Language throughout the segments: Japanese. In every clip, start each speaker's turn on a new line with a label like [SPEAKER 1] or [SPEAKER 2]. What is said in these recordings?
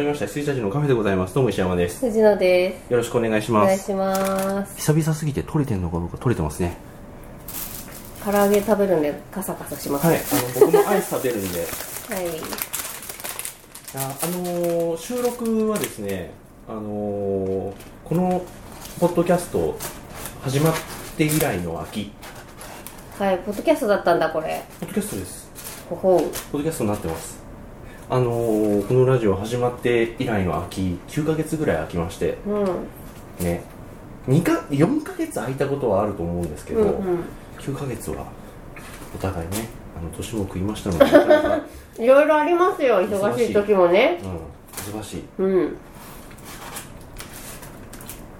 [SPEAKER 1] りました羊たちのカフェでございますどうも石山です
[SPEAKER 2] 藤野です。
[SPEAKER 1] よろしくお願いし
[SPEAKER 2] お
[SPEAKER 1] ま
[SPEAKER 2] 願い
[SPEAKER 1] す
[SPEAKER 2] します。
[SPEAKER 1] 久々すぎて取れてんのかどうか取れてますね
[SPEAKER 2] 唐揚げ食べるんでカサカサします。
[SPEAKER 1] はいあの僕もアイス食べるんで
[SPEAKER 2] はい。
[SPEAKER 1] ああのー収録はですねあのーこのポッドキャスト始まって以来の秋
[SPEAKER 2] はい。ポッドキャストだったんだ、これ。
[SPEAKER 1] ポッドキャストです
[SPEAKER 2] ほほう。
[SPEAKER 1] ポッドキャストになってますあのーこのラジオ始まって以来の秋9ヶ月ぐらい空きまして
[SPEAKER 2] うん。
[SPEAKER 1] ね2か4ヶ月空いたことはあると思うんですけ
[SPEAKER 2] う
[SPEAKER 1] ど、
[SPEAKER 2] んうん。
[SPEAKER 1] 9ヶ月はお互いねあの年も食いましたので、うん、
[SPEAKER 2] いろいろありますよ、忙しい時もね。
[SPEAKER 1] 忙しい
[SPEAKER 2] うん。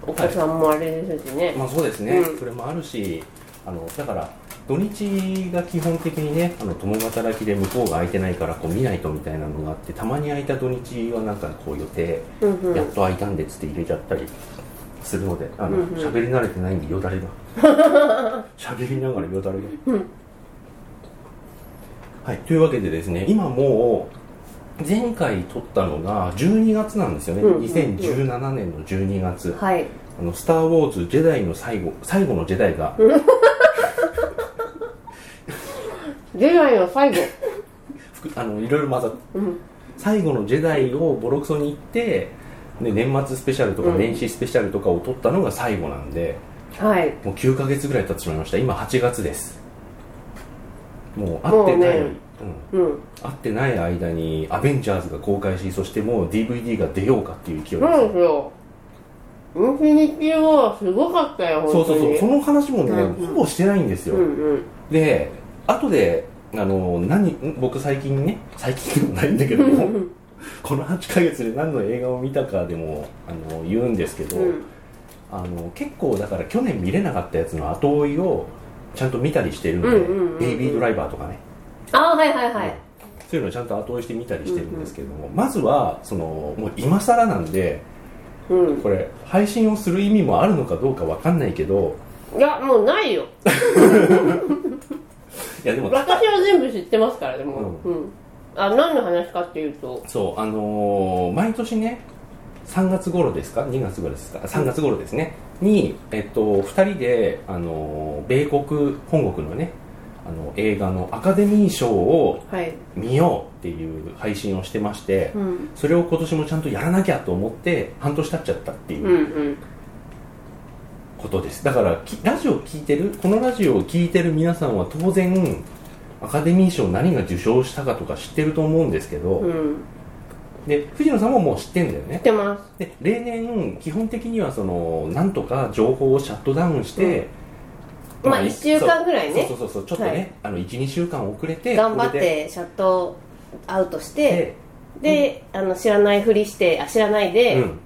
[SPEAKER 1] お
[SPEAKER 2] お子さんもあれですしね。
[SPEAKER 1] まあそうですね、
[SPEAKER 2] うん
[SPEAKER 1] それもあるしあのだから土日が基本的にねあの共働きで向こうが空いてないからこう見ないとみたいなのがあってたまに空いた土日はなんかこう予定
[SPEAKER 2] うんう
[SPEAKER 1] やっ
[SPEAKER 2] ん。
[SPEAKER 1] と空いたんでっつって入れちゃったりするのであ
[SPEAKER 2] うん
[SPEAKER 1] の
[SPEAKER 2] うん
[SPEAKER 1] 喋、り慣れてないんでよだれが 喋りながらよだれが、
[SPEAKER 2] うん
[SPEAKER 1] はいというわけでですね今もう前回撮ったのが12月なんですよね、
[SPEAKER 2] うんうんうん
[SPEAKER 1] 2017年の12月、
[SPEAKER 2] はい。
[SPEAKER 1] あの「スター・ウォーズ・ジェダイの最後最後のジェダイが」
[SPEAKER 2] 出会いの最後。
[SPEAKER 1] ふくあのいろいろ混ざって
[SPEAKER 2] うん。
[SPEAKER 1] 最後のジェダイをボロクソに言ってで年末スペシャルとか
[SPEAKER 2] うん
[SPEAKER 1] 年始スペシャルとかを撮ったのが最後なんで、
[SPEAKER 2] はい。
[SPEAKER 1] もう9ヶ月ぐらい経ってしまいました今8月ですもう会ってない、
[SPEAKER 2] もうね
[SPEAKER 1] うん、
[SPEAKER 2] うん。
[SPEAKER 1] 会ってない間に「アベンジャーズ」が公開しそしてもう DVD が出ようかっていう勢いです、
[SPEAKER 2] そうですよ。インフィニティはすごかったよ、
[SPEAKER 1] そ
[SPEAKER 2] 本
[SPEAKER 1] うそ
[SPEAKER 2] 当
[SPEAKER 1] うそう
[SPEAKER 2] に。
[SPEAKER 1] その話もね、
[SPEAKER 2] うん
[SPEAKER 1] ほぼしてないんですよ、
[SPEAKER 2] うんうん。
[SPEAKER 1] で後であの何ん僕最近ね最近でもないんだけどもこの8ヶ月で何の映画を見たかでもあの言うんですけど、
[SPEAKER 2] うん。
[SPEAKER 1] あの結構だから去年見れなかったやつの後追いをちゃんと見たりしてるんで、
[SPEAKER 2] うんうんうんうん
[SPEAKER 1] ベイビードライバーとかね、
[SPEAKER 2] ああ、はいはいはい。
[SPEAKER 1] そういうのをちゃんと後追いして見たりしてるんですけども、まずはそのもう今更なんで
[SPEAKER 2] うん。
[SPEAKER 1] これ配信をする意味もあるのかどうかわかんないけど
[SPEAKER 2] いや、もうないよ。
[SPEAKER 1] いやでも
[SPEAKER 2] 私は全部知ってますからでも
[SPEAKER 1] うん
[SPEAKER 2] う、うんあ何の話かっていうと
[SPEAKER 1] そうあのー毎年ね3月頃ですか2月頃ですか3月頃ですね、に、えっと、2人で、あのー米国本国のねあの映画のアカデミー賞を
[SPEAKER 2] はい、
[SPEAKER 1] 見ようっていう配信をしてまして、
[SPEAKER 2] うん、うん
[SPEAKER 1] それを今年もちゃんとやらなきゃと思って半年経っちゃったって
[SPEAKER 2] う
[SPEAKER 1] いうんことです、だからきラジオ聞いてるこのラジオを聞いてる皆さんは当然アカデミー賞何が受賞したかとか知ってると思うんですけど、
[SPEAKER 2] うん
[SPEAKER 1] で藤野さんももう知ってんだよ
[SPEAKER 2] 知
[SPEAKER 1] ね
[SPEAKER 2] ってます
[SPEAKER 1] で例年基本的にはそのなんとか情報をシャットダウンして、
[SPEAKER 2] うんまあ一週間ぐらいね
[SPEAKER 1] そうそうそうそうちょっとね、
[SPEAKER 2] はい
[SPEAKER 1] あの12週間遅れて
[SPEAKER 2] 頑張っ
[SPEAKER 1] これで
[SPEAKER 2] てシャットアウトし
[SPEAKER 1] で
[SPEAKER 2] てで、あの知らないふりしてあ知らないで、
[SPEAKER 1] うん、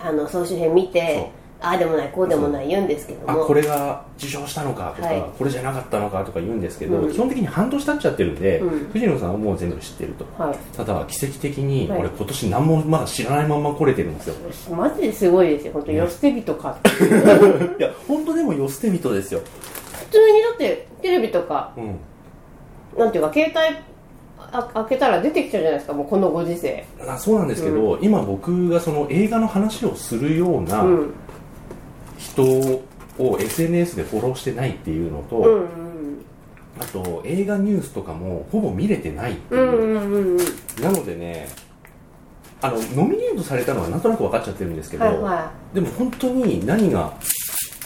[SPEAKER 2] あの総集編見てああでもないこうでもない言うんですけど
[SPEAKER 1] あ
[SPEAKER 2] も
[SPEAKER 1] これが受賞したのかとか、
[SPEAKER 2] はい
[SPEAKER 1] これじゃなかったのかとか言うんですけど、
[SPEAKER 2] うん
[SPEAKER 1] 基本的に半年経っちゃってるんで、
[SPEAKER 2] うん
[SPEAKER 1] 藤野さんはもう全部知ってると
[SPEAKER 2] はい
[SPEAKER 1] ただ奇跡的に
[SPEAKER 2] はい
[SPEAKER 1] 俺今年何もまだ知らないまま来れてるん ですよ
[SPEAKER 2] マジですごいですよ本当
[SPEAKER 1] ね
[SPEAKER 2] 寄せ人かって普
[SPEAKER 1] いや本当でも寄捨て人ですよ、
[SPEAKER 2] 通にだってテレビとか
[SPEAKER 1] うん、
[SPEAKER 2] なんていうか携帯あ開けたら出てきちゃうじゃないですかもうこのご時世
[SPEAKER 1] あそうなんですけど、今僕がその映画の話をするような
[SPEAKER 2] うん
[SPEAKER 1] 人を SNS でフォローしてないっていうのと、
[SPEAKER 2] うんうん
[SPEAKER 1] あと映画ニュースとかもほぼ見れてないって
[SPEAKER 2] う
[SPEAKER 1] い
[SPEAKER 2] ん
[SPEAKER 1] う、
[SPEAKER 2] うんうんうん
[SPEAKER 1] なのでねあのノミネートされたのはなんとなく分かっちゃってるんですけど、
[SPEAKER 2] はいは
[SPEAKER 1] でも本当に何が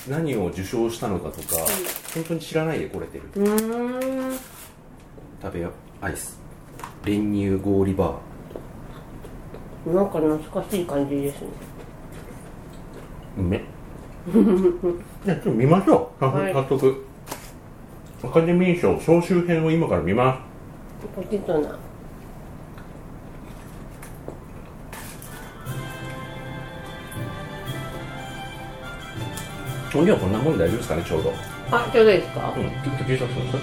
[SPEAKER 1] 何を受賞したのかとか、
[SPEAKER 2] い
[SPEAKER 1] 本当に知らないでこれてる
[SPEAKER 2] うーん
[SPEAKER 1] 食べよアイス練乳氷バ
[SPEAKER 2] なんか懐かしい感じですね
[SPEAKER 1] ー うめじゃあちょっと見ましょう早速,、
[SPEAKER 2] はい
[SPEAKER 1] 早速アカデミー賞総集編を今から見ま
[SPEAKER 2] ポテトな
[SPEAKER 1] す今日はこんなもんで大丈夫ですかねちょうどうん
[SPEAKER 2] あちょうどいいですか、
[SPEAKER 1] ちょっと小さくします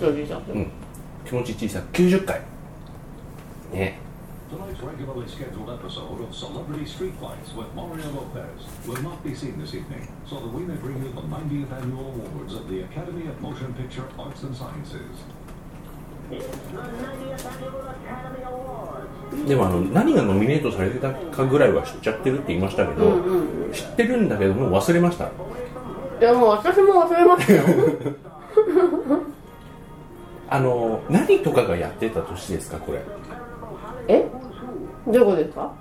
[SPEAKER 2] ちょっと小さく
[SPEAKER 1] うん気持ち小さく90回ね
[SPEAKER 3] Tonight's regularly scheduled episode of Celebrity Street Fights with Mario Lopez will not be seen this evening, so that we may bring you the 90th annual awards of the Academy of Motion Picture Arts and Sciences.
[SPEAKER 4] It's the 90th Annual Academy Awards.
[SPEAKER 1] でもあの何がノミネートされてたかぐらいは知っちゃってるって言いましたけど、
[SPEAKER 2] うんうんうん
[SPEAKER 1] 知ってるんだけどもう忘れました
[SPEAKER 2] いやもう私も忘れましたよ
[SPEAKER 1] あの何とかがやってた年ですかこれ
[SPEAKER 2] えどういうことですか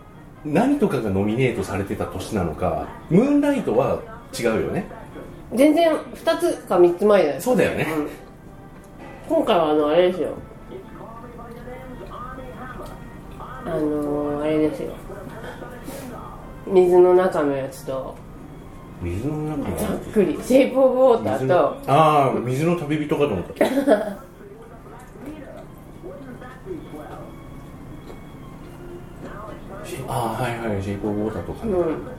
[SPEAKER 1] 何とかがノミネートされてた年なのかムーンライトは違うよね
[SPEAKER 2] 全然2つか3つ前じゃないですか
[SPEAKER 1] そうだよね
[SPEAKER 2] ん今回はあのあれですよあのー、あれですよ水の中のやつと
[SPEAKER 1] 水の中
[SPEAKER 2] ざっ
[SPEAKER 1] の
[SPEAKER 2] くりシェイプ・オブ・ウォータ
[SPEAKER 1] 水
[SPEAKER 2] ー
[SPEAKER 1] の
[SPEAKER 2] と
[SPEAKER 1] ああ水の旅人かと思った ああはいはいシェイプ・オブ・ウォーターとかね、
[SPEAKER 2] うん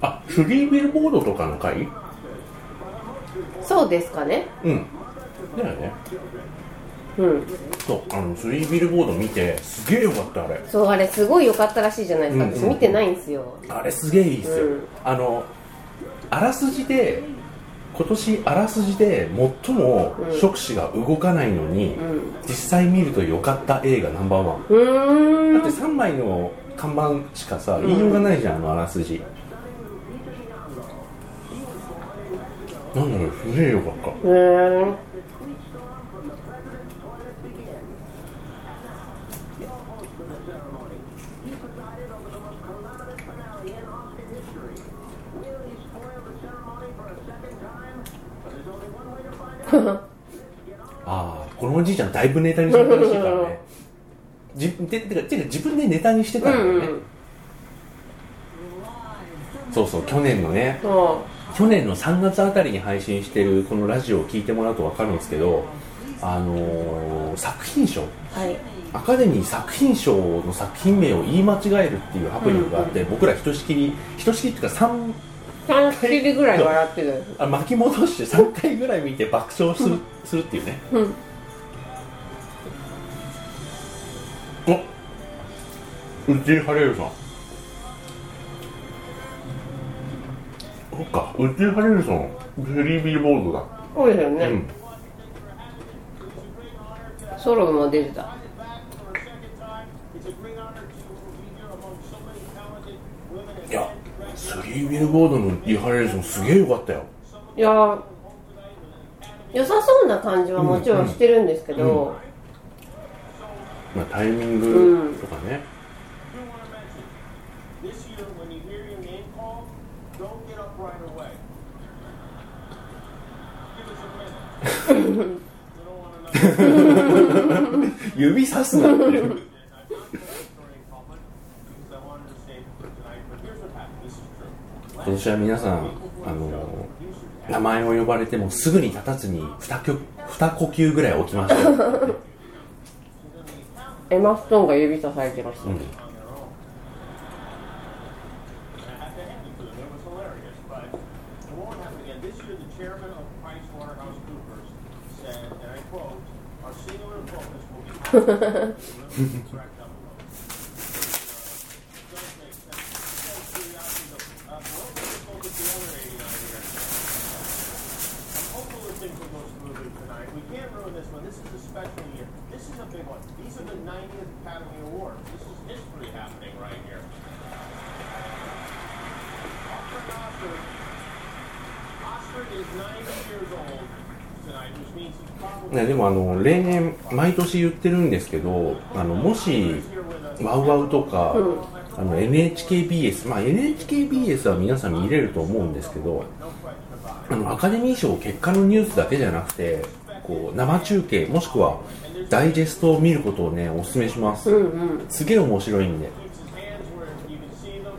[SPEAKER 1] あフリービルボードとかの回
[SPEAKER 2] そうですかね
[SPEAKER 1] うんだよね
[SPEAKER 2] うん
[SPEAKER 1] そうあのスリービルボード見てすげえよかったあれ
[SPEAKER 2] そうあれすごい良かったらしいじゃないですか、
[SPEAKER 1] うんうん
[SPEAKER 2] 私見てないんですよ
[SPEAKER 1] あれすげえいいっすよ、
[SPEAKER 2] うん
[SPEAKER 1] あのあらすじで今年あらすじで最も触手が動かないのに、
[SPEAKER 2] うん
[SPEAKER 1] 実際見ると良かった映画ナンバーワン
[SPEAKER 2] う
[SPEAKER 1] だ
[SPEAKER 2] ー
[SPEAKER 1] って
[SPEAKER 2] ん
[SPEAKER 1] 3枚の看板しかさ言いようがないじゃんあのあらすじなんだろうすげえよかった
[SPEAKER 2] へー
[SPEAKER 1] ああこのおじいちゃんだいぶネタにしてたらしいからねじでてかてか自分でネタにしてたんだよね、
[SPEAKER 2] うんうん
[SPEAKER 1] そうそう去年のね
[SPEAKER 2] そ
[SPEAKER 1] 去年の3月あたりに配信してるこのラジオを聞いてもらうと分かるんですけどあのー作品賞
[SPEAKER 2] うはい
[SPEAKER 1] アカデミー作品賞の作品名を言い間違えるっていうハプニングがあって、僕らひとしきりひとしきりっていうか三
[SPEAKER 2] 3切りぐらい笑ってる
[SPEAKER 1] あ巻き戻 して3回ぐらい見て爆笑するするっていうね
[SPEAKER 2] うん
[SPEAKER 1] おうちハレルさんそっかうちハレルさんフリービルボード
[SPEAKER 2] そうですよね、
[SPEAKER 1] だうん
[SPEAKER 2] ソロも出てた
[SPEAKER 1] いやスリービルボードのリハレーションすげえよかったよ
[SPEAKER 2] いやー良さそうな感じはもちろんしてるんですけど、
[SPEAKER 1] まあ、タイミングとかね、
[SPEAKER 4] This year, when you hear your name called, don't get up right away. Give us a minute. we don't want another
[SPEAKER 1] 指さすなって
[SPEAKER 4] incident. I'm not going to story in public because I wanted to save it for tonight. But here's what happened. This is true. Last
[SPEAKER 1] 今年は皆さんあの名前を呼ばれてもすぐに立たずに二呼二呼吸ぐらい置きました よ
[SPEAKER 2] エマ・ストーンが指さされてました、
[SPEAKER 1] うん
[SPEAKER 4] on their own. And I had to hand it to them. It was hilarious, but it won't happen again. This year, the chairman of PricewaterhouseCoopers said, and I quote, our singular focus will be how to eliminate direct upload." Uh, does make sense. Because curiosity goes up. What was the focus the other 89 years? I'm hopeful that things will go smoothly tonight. We can't ruin this one. This is a special year. This is a big one. These are the 90th Academy Awards. This is history happening right here. Oscar Oscar. Oscar is 90 years old tonight, which means he's probably
[SPEAKER 1] ねでもあの例年毎年言ってるんですけどあのもし
[SPEAKER 4] here with us.
[SPEAKER 1] ワウワウとか、あの NHKBS まあ NHKBS は皆さん見れると思うんですけどあのアカデミー賞結果のニュースだけじゃなくてこう生中継もしくはダイジェストを見ることをねおすすめします、すげえ面白いんで
[SPEAKER 4] Keeps his hands where you can see them.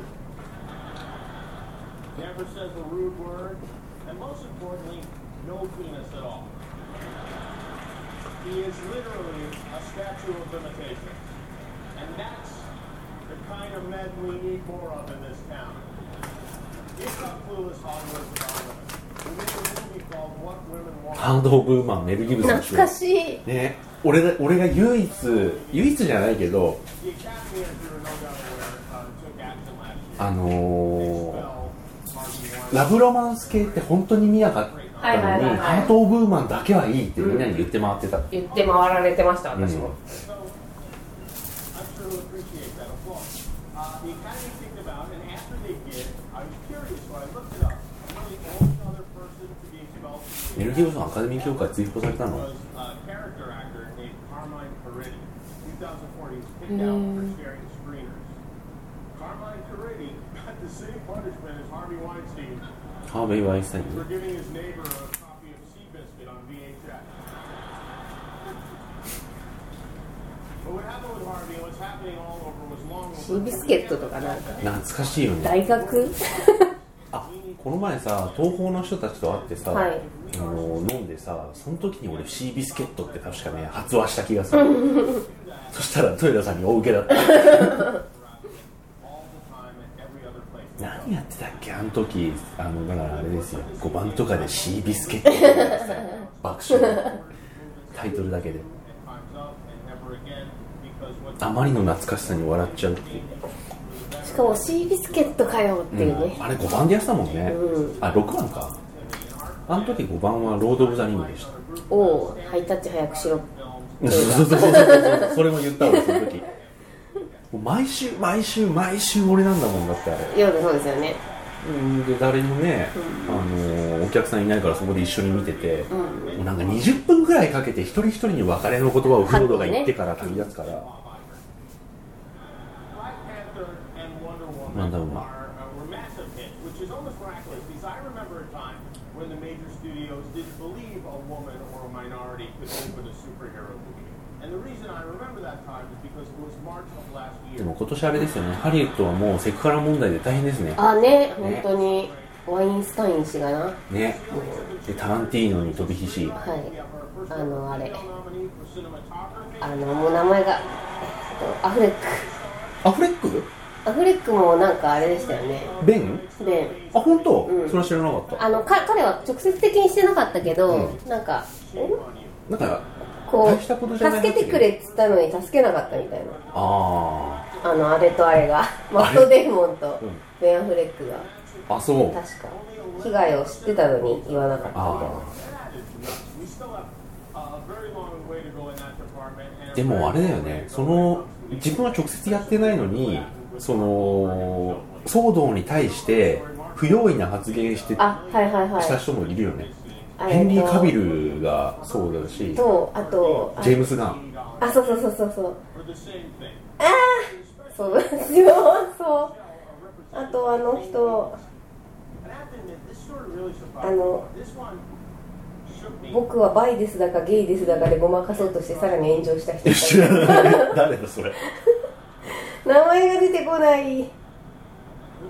[SPEAKER 4] Never says a rude word. And most importantly, no penis at all. He is literally a statue of limitation. And that's the kind of men we need more of in this town. Here's how clueless Hollywood is about women. We made a movie called What Women Want.
[SPEAKER 1] ハード・オブ・ウーマンメル・ギブソン主
[SPEAKER 2] 懐か
[SPEAKER 1] 演
[SPEAKER 2] しい
[SPEAKER 1] ね俺が俺が唯一唯一じゃないけど
[SPEAKER 4] The Academy, as you were no doubt aware, uh, took action last year.
[SPEAKER 1] あのー
[SPEAKER 4] Well, Martin Lawrence-
[SPEAKER 1] ラブロマンス系って本当に見なかった
[SPEAKER 2] はいはい
[SPEAKER 1] の
[SPEAKER 2] は
[SPEAKER 1] に
[SPEAKER 2] い
[SPEAKER 1] ハート・オブ・ウーマンだけはいいってみんなに言って回ってた、
[SPEAKER 2] 言って回られてました私も、
[SPEAKER 4] So I'm sure he'll appreciate that applause. Uh, the Academy picked them out, and after they did, I was curious, so I looked it up. I'm really the only other person to be expelled from the
[SPEAKER 1] メルギブソンアカデミー協会追放されたの
[SPEAKER 4] was a character actor named Carmine Peretti. 2004, he was picked out for sharing screeners. Carmine Peretti got the same punishment as Harvey Weinstein
[SPEAKER 1] ハーベイ・ワインスタイン
[SPEAKER 4] for giving his neighbor a copy of Seabiscuit on VHS. But what happened with Harvey and what's happening all over was long
[SPEAKER 2] シービスケットとかなんか
[SPEAKER 1] 懐かしいよね
[SPEAKER 2] 大学
[SPEAKER 1] あこの前さ東宝の人たちと会ってさ、
[SPEAKER 2] はい
[SPEAKER 1] あの飲んでさその時に俺シービスケットって確かね発話した気がす るそしたら豊田さんに大受けだった
[SPEAKER 4] all the time at every other place.
[SPEAKER 1] 何やってたっけあの時あのだからあれですよ5番とかでシービスケットってやつさ爆笑タイトルだけで
[SPEAKER 4] At times up and never again because what
[SPEAKER 1] あまりの懐かしさに笑っちゃうっていう
[SPEAKER 2] しかもシービスケットかよっていうね、
[SPEAKER 1] あれ5番でやってたもんね、
[SPEAKER 2] う
[SPEAKER 1] あ6番かあの時5番は「ロード・オブ・ザ・リング」でした
[SPEAKER 2] おおハイタッチ早くしろ
[SPEAKER 1] そうそうそうそう そうそれも言ったわその時もう毎週毎週毎週俺なんだもんだってあれ
[SPEAKER 2] 夜そうですよね
[SPEAKER 1] うんで誰もね、あのーお客さんいないからそこで一緒に見てて、もうなんか20分ぐらいかけて一人一人に別れの言葉をフロードが言ってから旅立つから、
[SPEAKER 4] Black Panther and Wonder Woman
[SPEAKER 1] Wonder Woman.
[SPEAKER 4] Are, uh, were massive hits, which is almost miraculous because I remember a time when the major studios didn't believe a woman or a minority could open a superhero movie. And the reason I remember that time is because it was March of last
[SPEAKER 1] で
[SPEAKER 4] year.
[SPEAKER 1] も今年あれですよねハリウッドはもうセクハラ問題で大変ですね
[SPEAKER 2] あね本当にワインスタイン氏がな
[SPEAKER 1] ねでタランティーノに飛び火し
[SPEAKER 2] はいあのあれ
[SPEAKER 4] Female nominee for cinematography,
[SPEAKER 2] あのもう名前がえっとアフレック
[SPEAKER 1] アフレック
[SPEAKER 2] アフレックもなんかあれでしたよね
[SPEAKER 1] ベン
[SPEAKER 2] で
[SPEAKER 1] あ本当、
[SPEAKER 2] うん
[SPEAKER 1] それは知らなかった
[SPEAKER 2] あのか彼は直接的にしてなかったけど、なんかん
[SPEAKER 1] なんか
[SPEAKER 2] こ
[SPEAKER 1] 大
[SPEAKER 2] う
[SPEAKER 1] したこと
[SPEAKER 2] 助
[SPEAKER 1] じゃない
[SPEAKER 2] けてくれっつったのに助けなかったみたいな
[SPEAKER 1] あ
[SPEAKER 2] あのあれとあれ がマット・デイモンとベン・アフレックが
[SPEAKER 1] ああそう
[SPEAKER 2] 確か被害を知ってたのに言わなかったみたいな
[SPEAKER 1] あ
[SPEAKER 4] that is nuts. We still have uh, a very long way to go in that
[SPEAKER 1] あ
[SPEAKER 4] department. and a
[SPEAKER 1] で
[SPEAKER 4] very
[SPEAKER 1] もあれだよ
[SPEAKER 4] long way
[SPEAKER 1] ね
[SPEAKER 4] to
[SPEAKER 1] その
[SPEAKER 4] go when it comes to
[SPEAKER 1] 自分は直接やってないのにその騒動に対して不用意な発言して
[SPEAKER 2] あはいはいはい
[SPEAKER 1] した人もいるよね、
[SPEAKER 2] あ
[SPEAKER 1] ヘンリ
[SPEAKER 2] えっ
[SPEAKER 1] ー・
[SPEAKER 2] と
[SPEAKER 1] カビルがそうだしジェ
[SPEAKER 2] とあとあ
[SPEAKER 1] ームス・ガン
[SPEAKER 2] あそうそうそうそうそう
[SPEAKER 4] for the same thing.
[SPEAKER 2] そう なんですよそうあとあの人
[SPEAKER 4] And I think that this story really surprised
[SPEAKER 2] I know.
[SPEAKER 4] me. This one shook me.
[SPEAKER 2] 僕はバイですだかゲイですだかでごまかそうとしてさらに炎上した人いた
[SPEAKER 1] 知ら ない誰だそれ
[SPEAKER 2] 名前が出てこない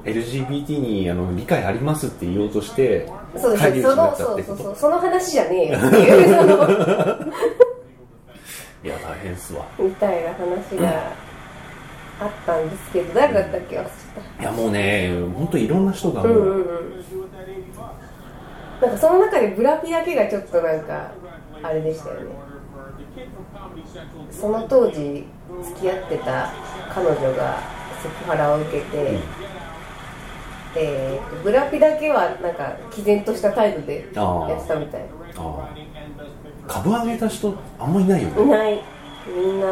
[SPEAKER 1] LGBT にあの理解ありますって言おうとして
[SPEAKER 2] そうです
[SPEAKER 1] 帰り
[SPEAKER 2] そ
[SPEAKER 1] 討ちにな
[SPEAKER 2] の
[SPEAKER 1] っちゃ
[SPEAKER 2] そ
[SPEAKER 1] っ
[SPEAKER 2] う
[SPEAKER 1] て
[SPEAKER 2] そう
[SPEAKER 1] こと
[SPEAKER 2] そうその話じゃねえよっていうその
[SPEAKER 1] いや大変っすわ
[SPEAKER 2] みたいな話があったんですけど誰だったっけ忘
[SPEAKER 1] い
[SPEAKER 2] れ
[SPEAKER 1] やもうね本当いろんな人が
[SPEAKER 2] た
[SPEAKER 1] も
[SPEAKER 2] う
[SPEAKER 1] う、
[SPEAKER 2] んうんうん
[SPEAKER 4] What
[SPEAKER 2] なんか
[SPEAKER 4] are you gonna do with that 80 bucks?
[SPEAKER 2] その中でブラピだけがちょっとなんかあれでしたよ
[SPEAKER 4] In
[SPEAKER 2] ねそ
[SPEAKER 4] order for the kid from Comedy Central,
[SPEAKER 2] の当時付き合ってた彼女がセクハラを受けて、でブラピだけはなんか毅然とした態度で
[SPEAKER 1] ああ
[SPEAKER 2] やってたみたい
[SPEAKER 1] あ
[SPEAKER 4] writing and best
[SPEAKER 1] あ
[SPEAKER 4] picture.
[SPEAKER 1] 株上げた人あんまいないよ
[SPEAKER 2] い
[SPEAKER 1] ね
[SPEAKER 2] ないみんな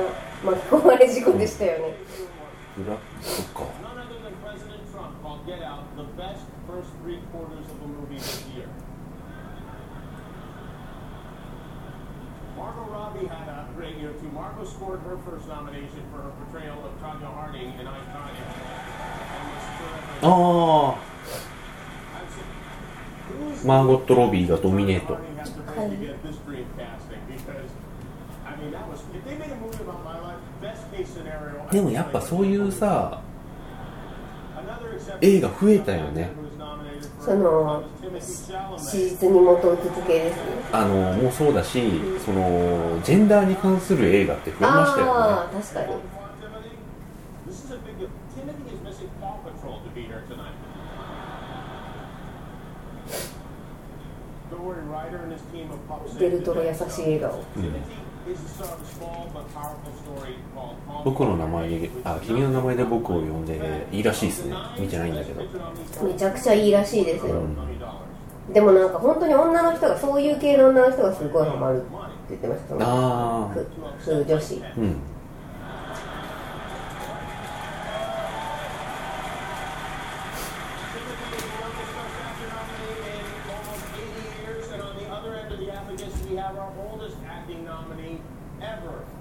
[SPEAKER 2] 巻き込まれ事故でしたよね
[SPEAKER 1] 裏そっか
[SPEAKER 4] None other than President Trump called Get Out the best first three quarters of a movie this year. Margot Robbie had a great year too. Margot scored her first nomination for her portrayal of Tanya Harding in Iconic. And was terrific.
[SPEAKER 1] あ
[SPEAKER 4] I've seen- Who's
[SPEAKER 1] あマーゴット・ロビーがドミネート
[SPEAKER 4] Harding have to pay to get this dream casting? Because, I mean, that was, if they made a movie about my life, best case scenario. I
[SPEAKER 1] でもやっぱそういうさ
[SPEAKER 4] Another exception-
[SPEAKER 1] 映画増えたよね
[SPEAKER 4] who was nominated for-
[SPEAKER 2] その
[SPEAKER 4] Timothy Chalamet.
[SPEAKER 2] 史実に基づく系ですね
[SPEAKER 1] あのもうそうだしそのジェンダーに関する映画って増えましたよ
[SPEAKER 2] ああ確かに
[SPEAKER 4] Timothy? This is a big deal. Timothy is missing Paw Patrol to be here tonight. Don't worry, Ryder and his team of pups.
[SPEAKER 2] デルトロ優しい笑顔
[SPEAKER 4] Timothy is the star of a small but powerful story called Paw
[SPEAKER 1] 「僕の名前あ君の名前で僕を呼んでいいらしいですね見てないんだけど
[SPEAKER 4] Patrol.
[SPEAKER 2] めちゃくちゃいいらしいですよ、
[SPEAKER 4] Million dollars.
[SPEAKER 2] でもなんか本当に女の人がそういう系の女の人がすごいハマるって言ってましたその
[SPEAKER 5] あ
[SPEAKER 2] くそういう女子
[SPEAKER 5] あうん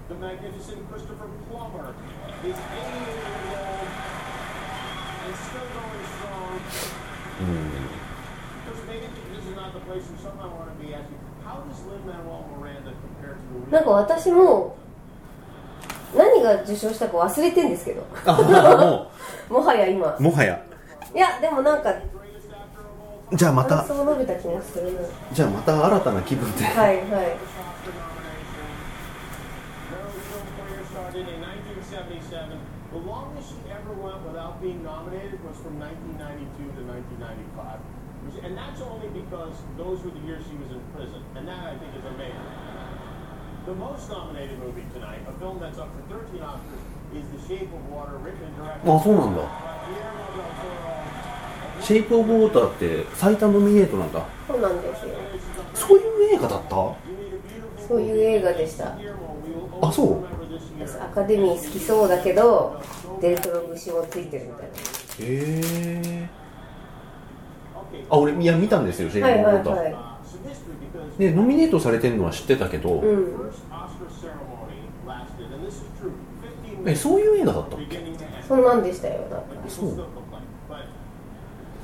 [SPEAKER 4] The magnificent Christopher Plummer is 88 years old and still going strong.
[SPEAKER 5] うん、
[SPEAKER 4] Because maybe this is not the place where someone I want to be asking, how does Lin Manuel Miranda compare to the
[SPEAKER 2] なんか私も何が受賞したか忘れてんですけど
[SPEAKER 1] あ
[SPEAKER 2] もはや今
[SPEAKER 1] もうもはや
[SPEAKER 2] いやでもなんか
[SPEAKER 1] じゃあまた
[SPEAKER 2] 感想を述べた気もするな
[SPEAKER 1] じゃあまた新たな気分で
[SPEAKER 2] はいはい
[SPEAKER 4] Her original career started in 1977. The longest she ever went without being nominated was from 1992 to 1995. Which- And that's only because those were the years she was in prison. And that, I think, is amazing. The most nominated movie tonight, a film that's up for 13 Oscars, is The Shape of Water, written and directed
[SPEAKER 1] あそうなんだ
[SPEAKER 4] by Guillermo del Toro.
[SPEAKER 1] シェイプオブウォーターって最多ノミネートなんだ
[SPEAKER 2] そうなんですよ
[SPEAKER 1] そういう映画だった
[SPEAKER 2] そういう映画でした
[SPEAKER 1] あそう
[SPEAKER 2] 私アカデミー好きそうだけどデルトロ節もついてるみたい
[SPEAKER 1] へえあ俺いや見たんですよシェイ
[SPEAKER 2] なは
[SPEAKER 1] プ
[SPEAKER 2] い
[SPEAKER 1] オブウ
[SPEAKER 2] は
[SPEAKER 1] ォーター、
[SPEAKER 2] いは
[SPEAKER 1] でノミネートされてるのは知ってたけど、
[SPEAKER 2] いうん
[SPEAKER 1] えそういう映画だった
[SPEAKER 2] そんなんでしたよだから
[SPEAKER 1] そう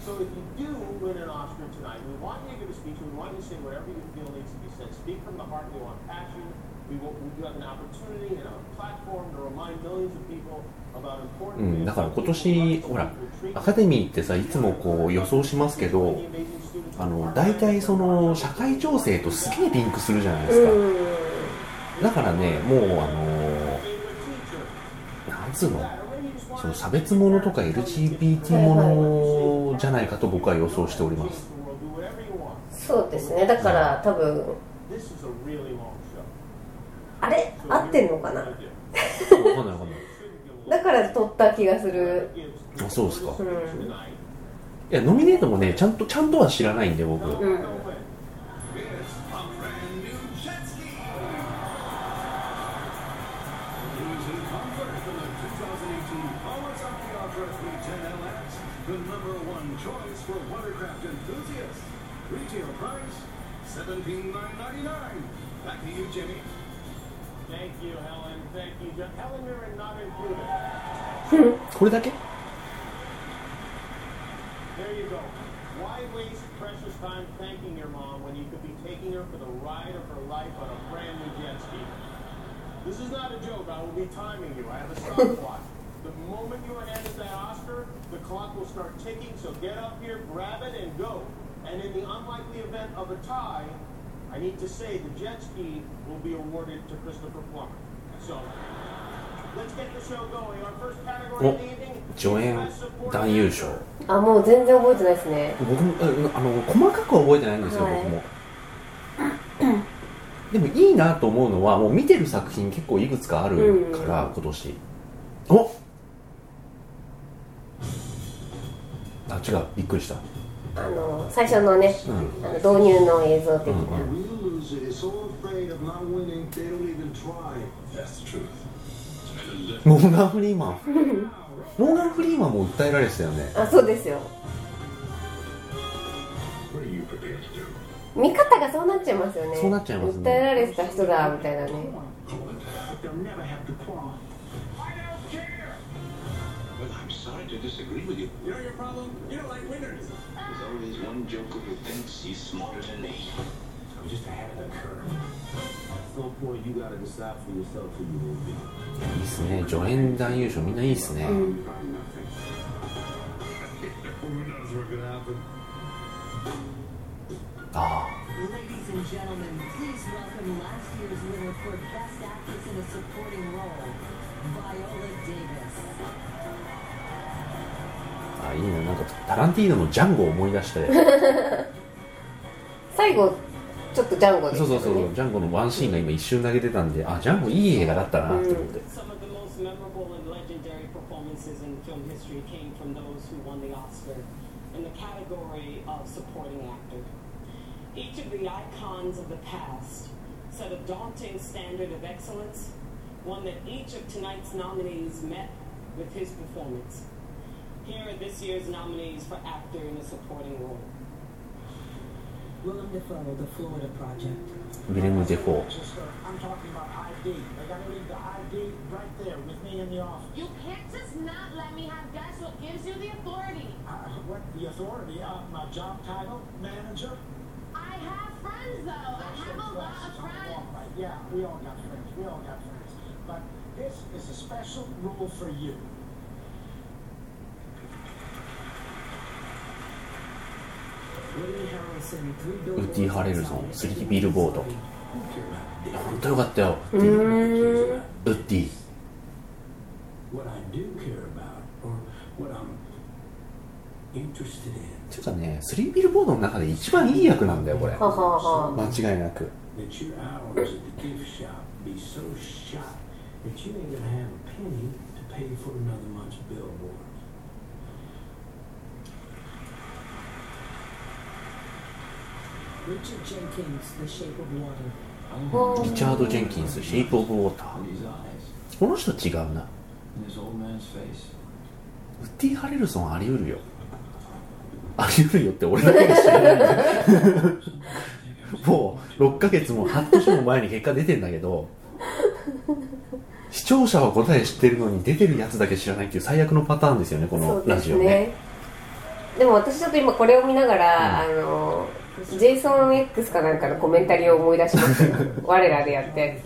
[SPEAKER 4] So if you do win an Oscar tonight, we want you to give a speech. We want you to say whatever you feel needs to be said. Speak from the heart. We want passion. We will. We have an opportunity and a platform to remind millions of people
[SPEAKER 1] う
[SPEAKER 4] about important.
[SPEAKER 1] ん、だから今年ほらアカデミーってさいつもこう予想しますけどあの大体その社会情勢とすげえリンクするじゃないですか、
[SPEAKER 2] うん
[SPEAKER 1] だからねもうあのーなんつうのその差別ものとか LGBT ものじゃないかと僕は予想しております
[SPEAKER 2] そうですねだから多分
[SPEAKER 4] This is a really long show.
[SPEAKER 2] あれ合ってんのかな
[SPEAKER 1] 分かんない分かんない
[SPEAKER 2] だから撮った気がする
[SPEAKER 1] あそうですか
[SPEAKER 2] うん
[SPEAKER 1] いやノミネートもねちゃんとちゃんとは知らないんで僕
[SPEAKER 2] うん
[SPEAKER 4] Thank you, Helen. Thank you, John. Helen, you're in not included.
[SPEAKER 1] これだけ
[SPEAKER 4] There you go. Why waste precious time thanking your mom when you could be taking her for the ride of her life on a brand new jet ski? This is not a joke. I will be timing you. I have a stopwatch. the moment you are handed that Oscar, the clock will start ticking. So get up here, grab it, and go. And in the unlikely event of a tie, I need to say the jet ski will be awarded to Christopher Plummer. So let's get the show going. Our first category of the evening.
[SPEAKER 5] 助演
[SPEAKER 4] Best Supporting
[SPEAKER 5] 男優賞
[SPEAKER 2] あもう全然覚えてないですね
[SPEAKER 1] 僕もああの細かくは覚えてないんですよ、
[SPEAKER 2] はい
[SPEAKER 1] 僕も でもいいなと思うのはもう見てる作品結構いくつかあるから、
[SPEAKER 2] うん
[SPEAKER 1] 今年おあ違うびっくりした、
[SPEAKER 2] あの最初のね
[SPEAKER 1] うん、
[SPEAKER 2] あの導入の映像的な、
[SPEAKER 1] うん
[SPEAKER 3] Real loser is so afraid of not winning, they don't even try. That's the truth.
[SPEAKER 1] モーガン・フリーマンモーガン・フリーマンも訴えられてたよね
[SPEAKER 2] あそうですよ
[SPEAKER 3] What are you prepared to do?
[SPEAKER 2] 見方がそうなっちゃいますよね
[SPEAKER 1] そうなっちゃいますね
[SPEAKER 2] 訴えられてた人だみたいなね
[SPEAKER 3] But they'll never have to quarrel. I don't care! Well, I'm sorry to disagree with you. You know your problem? You don't like winners.
[SPEAKER 6] There's always one joker who thinks he's smarter than me.
[SPEAKER 3] I'm just ahead of the curve. At some point, you gotta decide for yourself who you will be.
[SPEAKER 1] いいっすね助演男優賞みんないいっすね、
[SPEAKER 3] Probably nothing. who knows what's gonna happen?
[SPEAKER 1] あ
[SPEAKER 7] Ladies and gentlemen, please welcome last year's winner for Best Actress in a Supporting Role, Viola Davis.
[SPEAKER 1] ああいいななんかタランティーノのジャンゴを思い出して
[SPEAKER 2] 最後ちょっとジャンゴです
[SPEAKER 1] そう
[SPEAKER 2] よね
[SPEAKER 1] そうそうジャンゴのワンシーンが今一瞬投げてたんであジャンゴいい映画だったなと思って、
[SPEAKER 8] Some of the most memorable and legendary performances in film history came from those who won the Oscar in the category of supporting actor.
[SPEAKER 7] Each of the icons of the past set a daunting standard of excellence, one that each of tonight's nominees met with his performance. Here are this year's nominees for actor in a supporting role. Willem Dafoe, The Florida Project.
[SPEAKER 1] ウィレム・デフォー
[SPEAKER 4] I'm talking about ID. They gotta leave the ID right there with me in the office.
[SPEAKER 9] You can't just not let me have that's what gives you the authority.
[SPEAKER 4] Uh, what the authority? Uh, my job title, manager.
[SPEAKER 9] I have friends though. I have a lot of friends.
[SPEAKER 4] Right, Yeah, we all got friends. We all got friends. But this is a special rule for you.
[SPEAKER 7] Woody Harrelson, Three
[SPEAKER 1] ウッディ・ハレルソン3ビルボードいや本当よかったよウ
[SPEAKER 2] うーん
[SPEAKER 1] ッディ
[SPEAKER 3] What I do care about, or what I'm interested in,
[SPEAKER 1] ていうかね3ビルボードの中で一番いい役なんだよこれ
[SPEAKER 2] ははは
[SPEAKER 1] 間違いなく
[SPEAKER 3] that your hours at the gift shop be so shot that you ain't gonna have a penny to pay for another month's billboard.
[SPEAKER 7] Richard Jenkins, The Shape of Water.
[SPEAKER 1] リチャード・ジェンキンス「シェイプ・オブ・ウォーター
[SPEAKER 10] His eyes,」
[SPEAKER 1] この人違うな
[SPEAKER 10] and his old man's face.
[SPEAKER 1] ウッディ・ハレルソンあり得るよあり得るよって俺だけで知らないんだよもう6ヶ月も半年も前に結果出てんだけど視聴者は答え知ってるのに出てるやつだけ知らないっていう最悪のパターンですよねこ
[SPEAKER 2] そ
[SPEAKER 1] の
[SPEAKER 2] う
[SPEAKER 1] ラ
[SPEAKER 2] で
[SPEAKER 1] ジ
[SPEAKER 2] す
[SPEAKER 1] オね
[SPEAKER 2] ねでも私ちょっと今これを見ながら、あのジェイソン X かなんかのコメンタリーを思い出しま したよ我らでやったやつ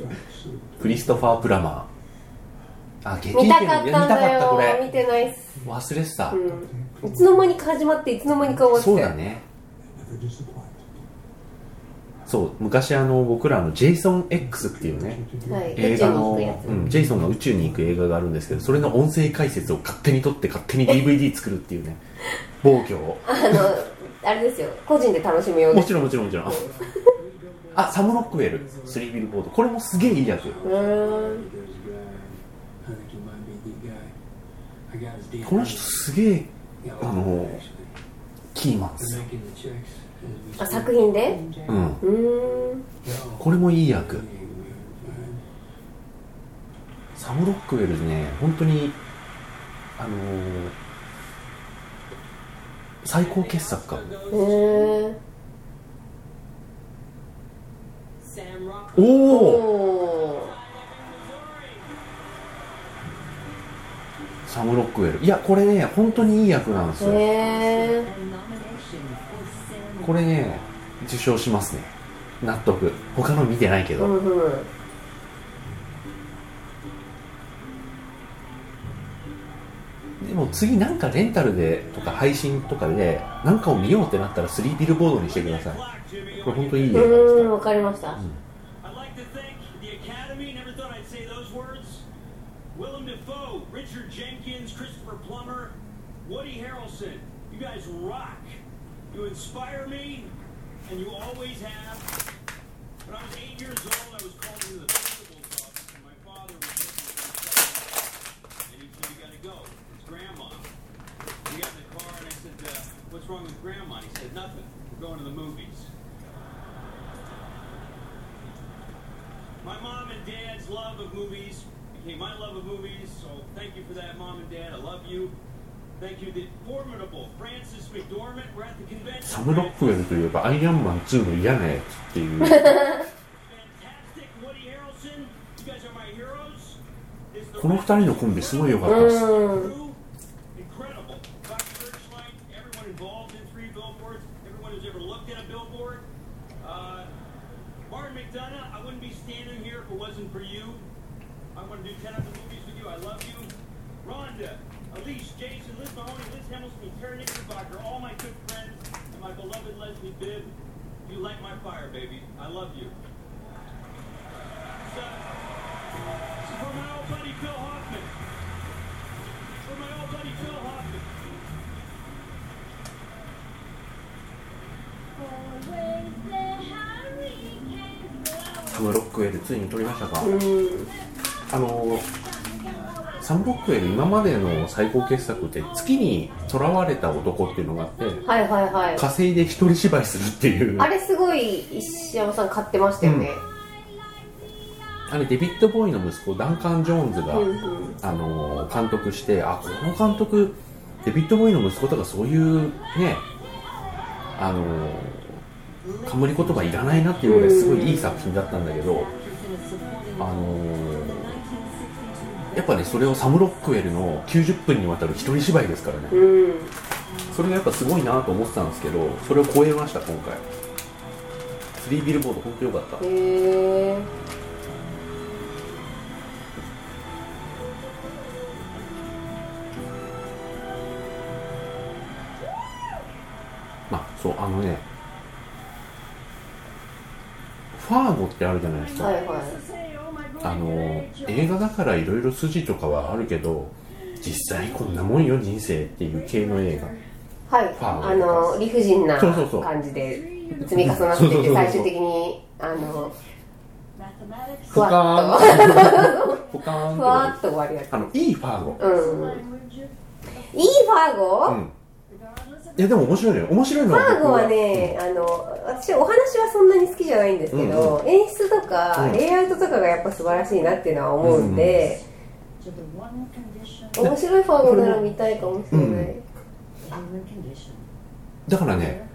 [SPEAKER 1] クリストファー・プラマーあ劇
[SPEAKER 2] 見た
[SPEAKER 1] 劇
[SPEAKER 2] か
[SPEAKER 1] の
[SPEAKER 2] っ
[SPEAKER 1] 見
[SPEAKER 2] たん
[SPEAKER 1] た
[SPEAKER 2] だ
[SPEAKER 1] かったこ
[SPEAKER 2] よ見
[SPEAKER 1] れ
[SPEAKER 2] てないっす、
[SPEAKER 1] 忘れてた、
[SPEAKER 2] うん、いつの間にか始まっていつの間にか終わって
[SPEAKER 1] そうだね
[SPEAKER 3] Never disappointed.
[SPEAKER 1] そう昔あの僕らのジェイソン X っていうね
[SPEAKER 2] はい
[SPEAKER 1] 映画
[SPEAKER 2] 宇
[SPEAKER 1] の
[SPEAKER 2] 宙に行くや、つ
[SPEAKER 1] うん、ジェイソンが宇宙に行く映画があるんですけどそれの音声解説を勝手に撮って勝 手に DVD 作るっていうね暴挙を
[SPEAKER 2] あのあれですよ個人で楽しむようで
[SPEAKER 1] も
[SPEAKER 2] す
[SPEAKER 1] ちろんもちろんもちろ んあサム・ロックウェルスリービルボードこれもすげえいいやつ
[SPEAKER 2] うーん
[SPEAKER 3] There's a guy. I think he might be the guy. I got his DNA.
[SPEAKER 1] この人すげえ
[SPEAKER 3] Got
[SPEAKER 1] あ
[SPEAKER 3] all
[SPEAKER 1] の
[SPEAKER 3] that, actually.
[SPEAKER 1] キーマンで
[SPEAKER 3] They're
[SPEAKER 1] す
[SPEAKER 3] making the checks as we
[SPEAKER 2] あ
[SPEAKER 3] speak.
[SPEAKER 2] 作品で
[SPEAKER 1] うん
[SPEAKER 2] うーん
[SPEAKER 1] これもいい役
[SPEAKER 3] Yeah, we're fine.
[SPEAKER 1] サム・ロックウェルね本当にあのー最高傑作かも
[SPEAKER 2] へー
[SPEAKER 7] Sam Rockwell.
[SPEAKER 1] おお
[SPEAKER 2] お
[SPEAKER 1] サム・ロックウェルいやこれね本当にいい役なんです
[SPEAKER 2] ー
[SPEAKER 1] よ
[SPEAKER 2] へー
[SPEAKER 11] A nomination for Sam
[SPEAKER 1] これね受賞しますね納得他の見てないけ
[SPEAKER 2] う
[SPEAKER 1] ど、
[SPEAKER 2] んうん
[SPEAKER 1] でも次なんかレンタルでとか配信とかでなんかを見ようってなったら3ビルボードにしてくださいこれ本当にいい映
[SPEAKER 2] う
[SPEAKER 1] 画です
[SPEAKER 2] ー
[SPEAKER 1] か
[SPEAKER 2] ん
[SPEAKER 1] ら
[SPEAKER 2] わかりました、
[SPEAKER 4] I'd like to thank the Academy. Never thought I'd say those words. Willem Dafoe, Richard Jenkins, Christopher Plummer, Woody Harrelson. You guys rock. You inspire me, and you always have. When I was eight years old, I was called into the principal's office, and my father was looking for me. And he said, "You gotta go. It's Grandma." We got in the car, and I said, uh, "What's wrong with Grandma?" And he said, "Nothing. We're going to the movies." My mom and dad's love of movies became my love of movies, so thank you for that, mom and dad. I love you. Thank you, the formidable Francis McDormand. We're at the convention.
[SPEAKER 1] サム・ロックウェルといえばアイアンマン2の嫌なやつっていう
[SPEAKER 4] Fantastic Woody Harrelson. You guys are my heroes. It's the
[SPEAKER 1] この2人のコンビすごい良かったです、
[SPEAKER 4] crew. Incredible. Fox Searchlight, everyone involved in three billboards, everyone who's ever looked at a billboard. Uh, Martin McDonough, I wouldn't be standing here if it wasn't for you. I want to do 10 other movies with you. I love you. Rhonda, Elise, Jason, Liz Mahoney, Liz Hamilton, Terry Knickerbocker, all my good friends, and my beloved Leslie Bibb. You light my fire, baby. I love you. So, this is for my old buddy Phil Hoffman. For my old buddy Phil Hoffman.
[SPEAKER 9] Always the hurricane
[SPEAKER 1] サム・ロックウェルついに撮りましたか、あのーサン・ロックウェル今までの最高傑作って月に囚われた男っていうのがあって
[SPEAKER 2] はいはいはい
[SPEAKER 1] 火星で一人芝居するっていう
[SPEAKER 2] あれすごい石山さん買ってましたよね、
[SPEAKER 1] あれデビッド・ボーイの息子ダンカン・ジョーンズが、
[SPEAKER 2] うんうん
[SPEAKER 1] あのー監督してあこの監督デビッド・ボーイの息子とかそういうねあのー冠言葉いらないなっていうぐらいすごいいい作品だったんだけど、あのーやっぱねそれをサム・ロックウェルの90分にわたる一人芝居ですからね
[SPEAKER 2] うん
[SPEAKER 1] それがやっぱすごいなと思ってたんですけどそれを超えました今回スリービルボード本当良かった
[SPEAKER 2] へえ
[SPEAKER 1] まあそうあのねファーゴってあるじゃないですか、
[SPEAKER 2] はいはい
[SPEAKER 1] あの映画だからいろいろ筋とかはあるけど実際こんなもんよ人生っていう系の映画
[SPEAKER 2] はい
[SPEAKER 1] ファー
[SPEAKER 2] あの理不尽な
[SPEAKER 1] そうそうそう
[SPEAKER 2] 感じで積み重なって
[SPEAKER 1] そうそうそうそ
[SPEAKER 2] て
[SPEAKER 1] う
[SPEAKER 2] 最終的にあの
[SPEAKER 9] Mathematics
[SPEAKER 2] ふ
[SPEAKER 1] ポカ
[SPEAKER 2] わっ
[SPEAKER 1] ーン ポカーンっ
[SPEAKER 2] とふ
[SPEAKER 1] て
[SPEAKER 2] わ
[SPEAKER 1] な
[SPEAKER 2] っ
[SPEAKER 1] る
[SPEAKER 2] と終わるやつ
[SPEAKER 1] あのいいファーゴ
[SPEAKER 2] うんいいファーゴ、
[SPEAKER 1] うんいやでも面白いのよ面白いの
[SPEAKER 2] フ
[SPEAKER 1] は
[SPEAKER 2] ァーゴ
[SPEAKER 1] 僕
[SPEAKER 2] はね、あの私お話はそんなに好きじゃないんですけど、演出とか、
[SPEAKER 1] うん
[SPEAKER 2] レイアウトとかがやっぱ素晴らしいなっていうのは思うんで、
[SPEAKER 9] to the one condition,
[SPEAKER 2] 面白いファーゴなら見たいかもしれない、
[SPEAKER 9] human condition.
[SPEAKER 1] だからね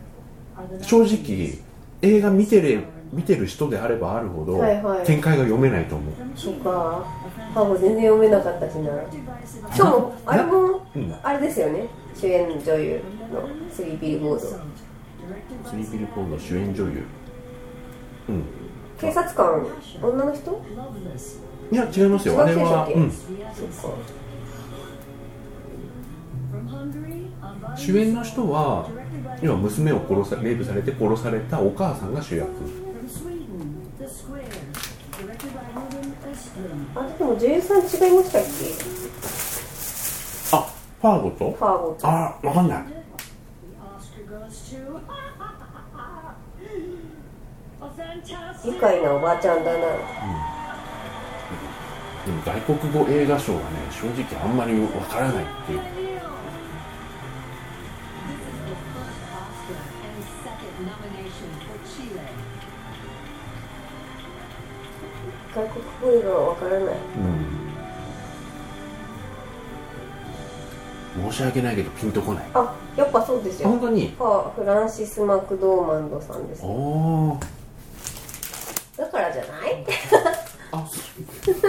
[SPEAKER 9] Are the
[SPEAKER 1] 正直映画見てる見てる人であればあるほど、
[SPEAKER 2] はいはい
[SPEAKER 1] 展開が読めないと思う、
[SPEAKER 2] そっかファーゴ全然読めなかったしなしかもあれも
[SPEAKER 1] うん、
[SPEAKER 2] あれですよね主演女優のスリービルボード
[SPEAKER 1] スリーピルポーンの主演女優うん
[SPEAKER 2] 警察官女の人
[SPEAKER 1] いや違いますよあれは、
[SPEAKER 2] 違う
[SPEAKER 1] う
[SPEAKER 2] 人で
[SPEAKER 1] ん、
[SPEAKER 2] そっか
[SPEAKER 1] 主演の人は今娘を殺さレイプされて殺されたお母さんが主役
[SPEAKER 9] From Sweden, The Square, directed by Ruben Östlund.
[SPEAKER 2] あれでも女優さん違いましたっけ
[SPEAKER 1] あファーゴと
[SPEAKER 2] ファーゴと
[SPEAKER 1] あわかんない
[SPEAKER 9] The Oscar goes to a fantastic
[SPEAKER 2] 愉快なおばあちゃんだな
[SPEAKER 1] でも外国語映画賞はね正直あんまりわからないっていう
[SPEAKER 9] This is the first Oscar and second nomination for Chile.
[SPEAKER 2] 外国語映画はわからない
[SPEAKER 1] 申し訳ないけどピンとこないあ
[SPEAKER 2] あやっぱそうです
[SPEAKER 1] 本
[SPEAKER 2] よ
[SPEAKER 1] 当に
[SPEAKER 2] あフランシス・マクドーマンドさんです
[SPEAKER 1] あー
[SPEAKER 2] だからじゃない
[SPEAKER 1] あ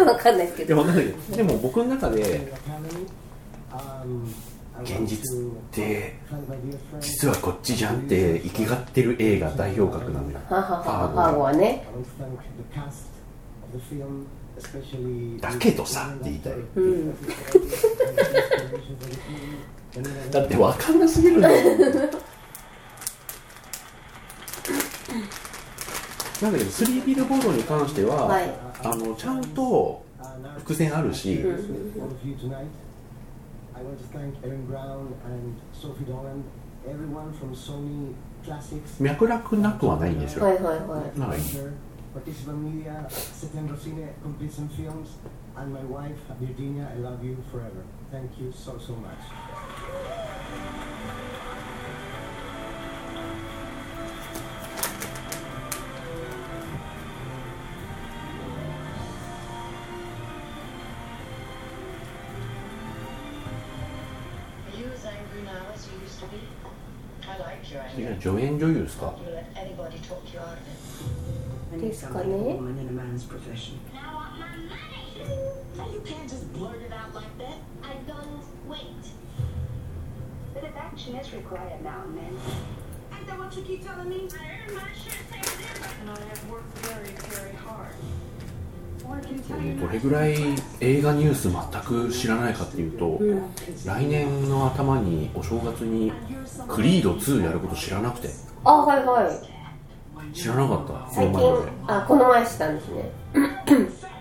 [SPEAKER 2] わかんないですけ
[SPEAKER 1] いや
[SPEAKER 2] ど
[SPEAKER 1] わかんないけどでも僕の中で
[SPEAKER 4] Um,
[SPEAKER 1] 現実って実はこっちじゃんって生きがってる映画代表格なのよ
[SPEAKER 2] はははファーゴはね
[SPEAKER 4] I don't thank the cast of the film, especially
[SPEAKER 1] だけどさって言いたい
[SPEAKER 2] うん
[SPEAKER 1] だってわかんなすぎるん だもんなんだけどスリービルボードに関しては、
[SPEAKER 2] はい
[SPEAKER 1] あのちゃんと伏線あるし、
[SPEAKER 4] all of you tonight. I want to thank Erin Brown and Sophie Dolan, everyone from Sony Classics,
[SPEAKER 1] 脈絡なくはないんですよ、
[SPEAKER 2] はいはいはい
[SPEAKER 1] まあいい
[SPEAKER 4] Picture, Participa Media, Setembro Cine, Complice in Films, and my wife, Virginia, I love you forever. Thank you so, so much.
[SPEAKER 1] 次は助演女優ですか
[SPEAKER 2] ですかね
[SPEAKER 7] I want my money.
[SPEAKER 9] You can't just blurt it out like that.
[SPEAKER 7] I don't wait.
[SPEAKER 12] Bit of action is required now and then.
[SPEAKER 7] Ain't that what you keep telling me? I earned my shit, thank you.
[SPEAKER 9] And I have worked very, very hard.
[SPEAKER 1] どれぐらい映画ニュース全く知らないかっていうと、来年の頭にお正月にクリード2やること知らなくて
[SPEAKER 2] あはいはい
[SPEAKER 1] 知らなかったこ
[SPEAKER 2] 最
[SPEAKER 1] の
[SPEAKER 2] 近
[SPEAKER 1] 前まで
[SPEAKER 2] あこの前したんですね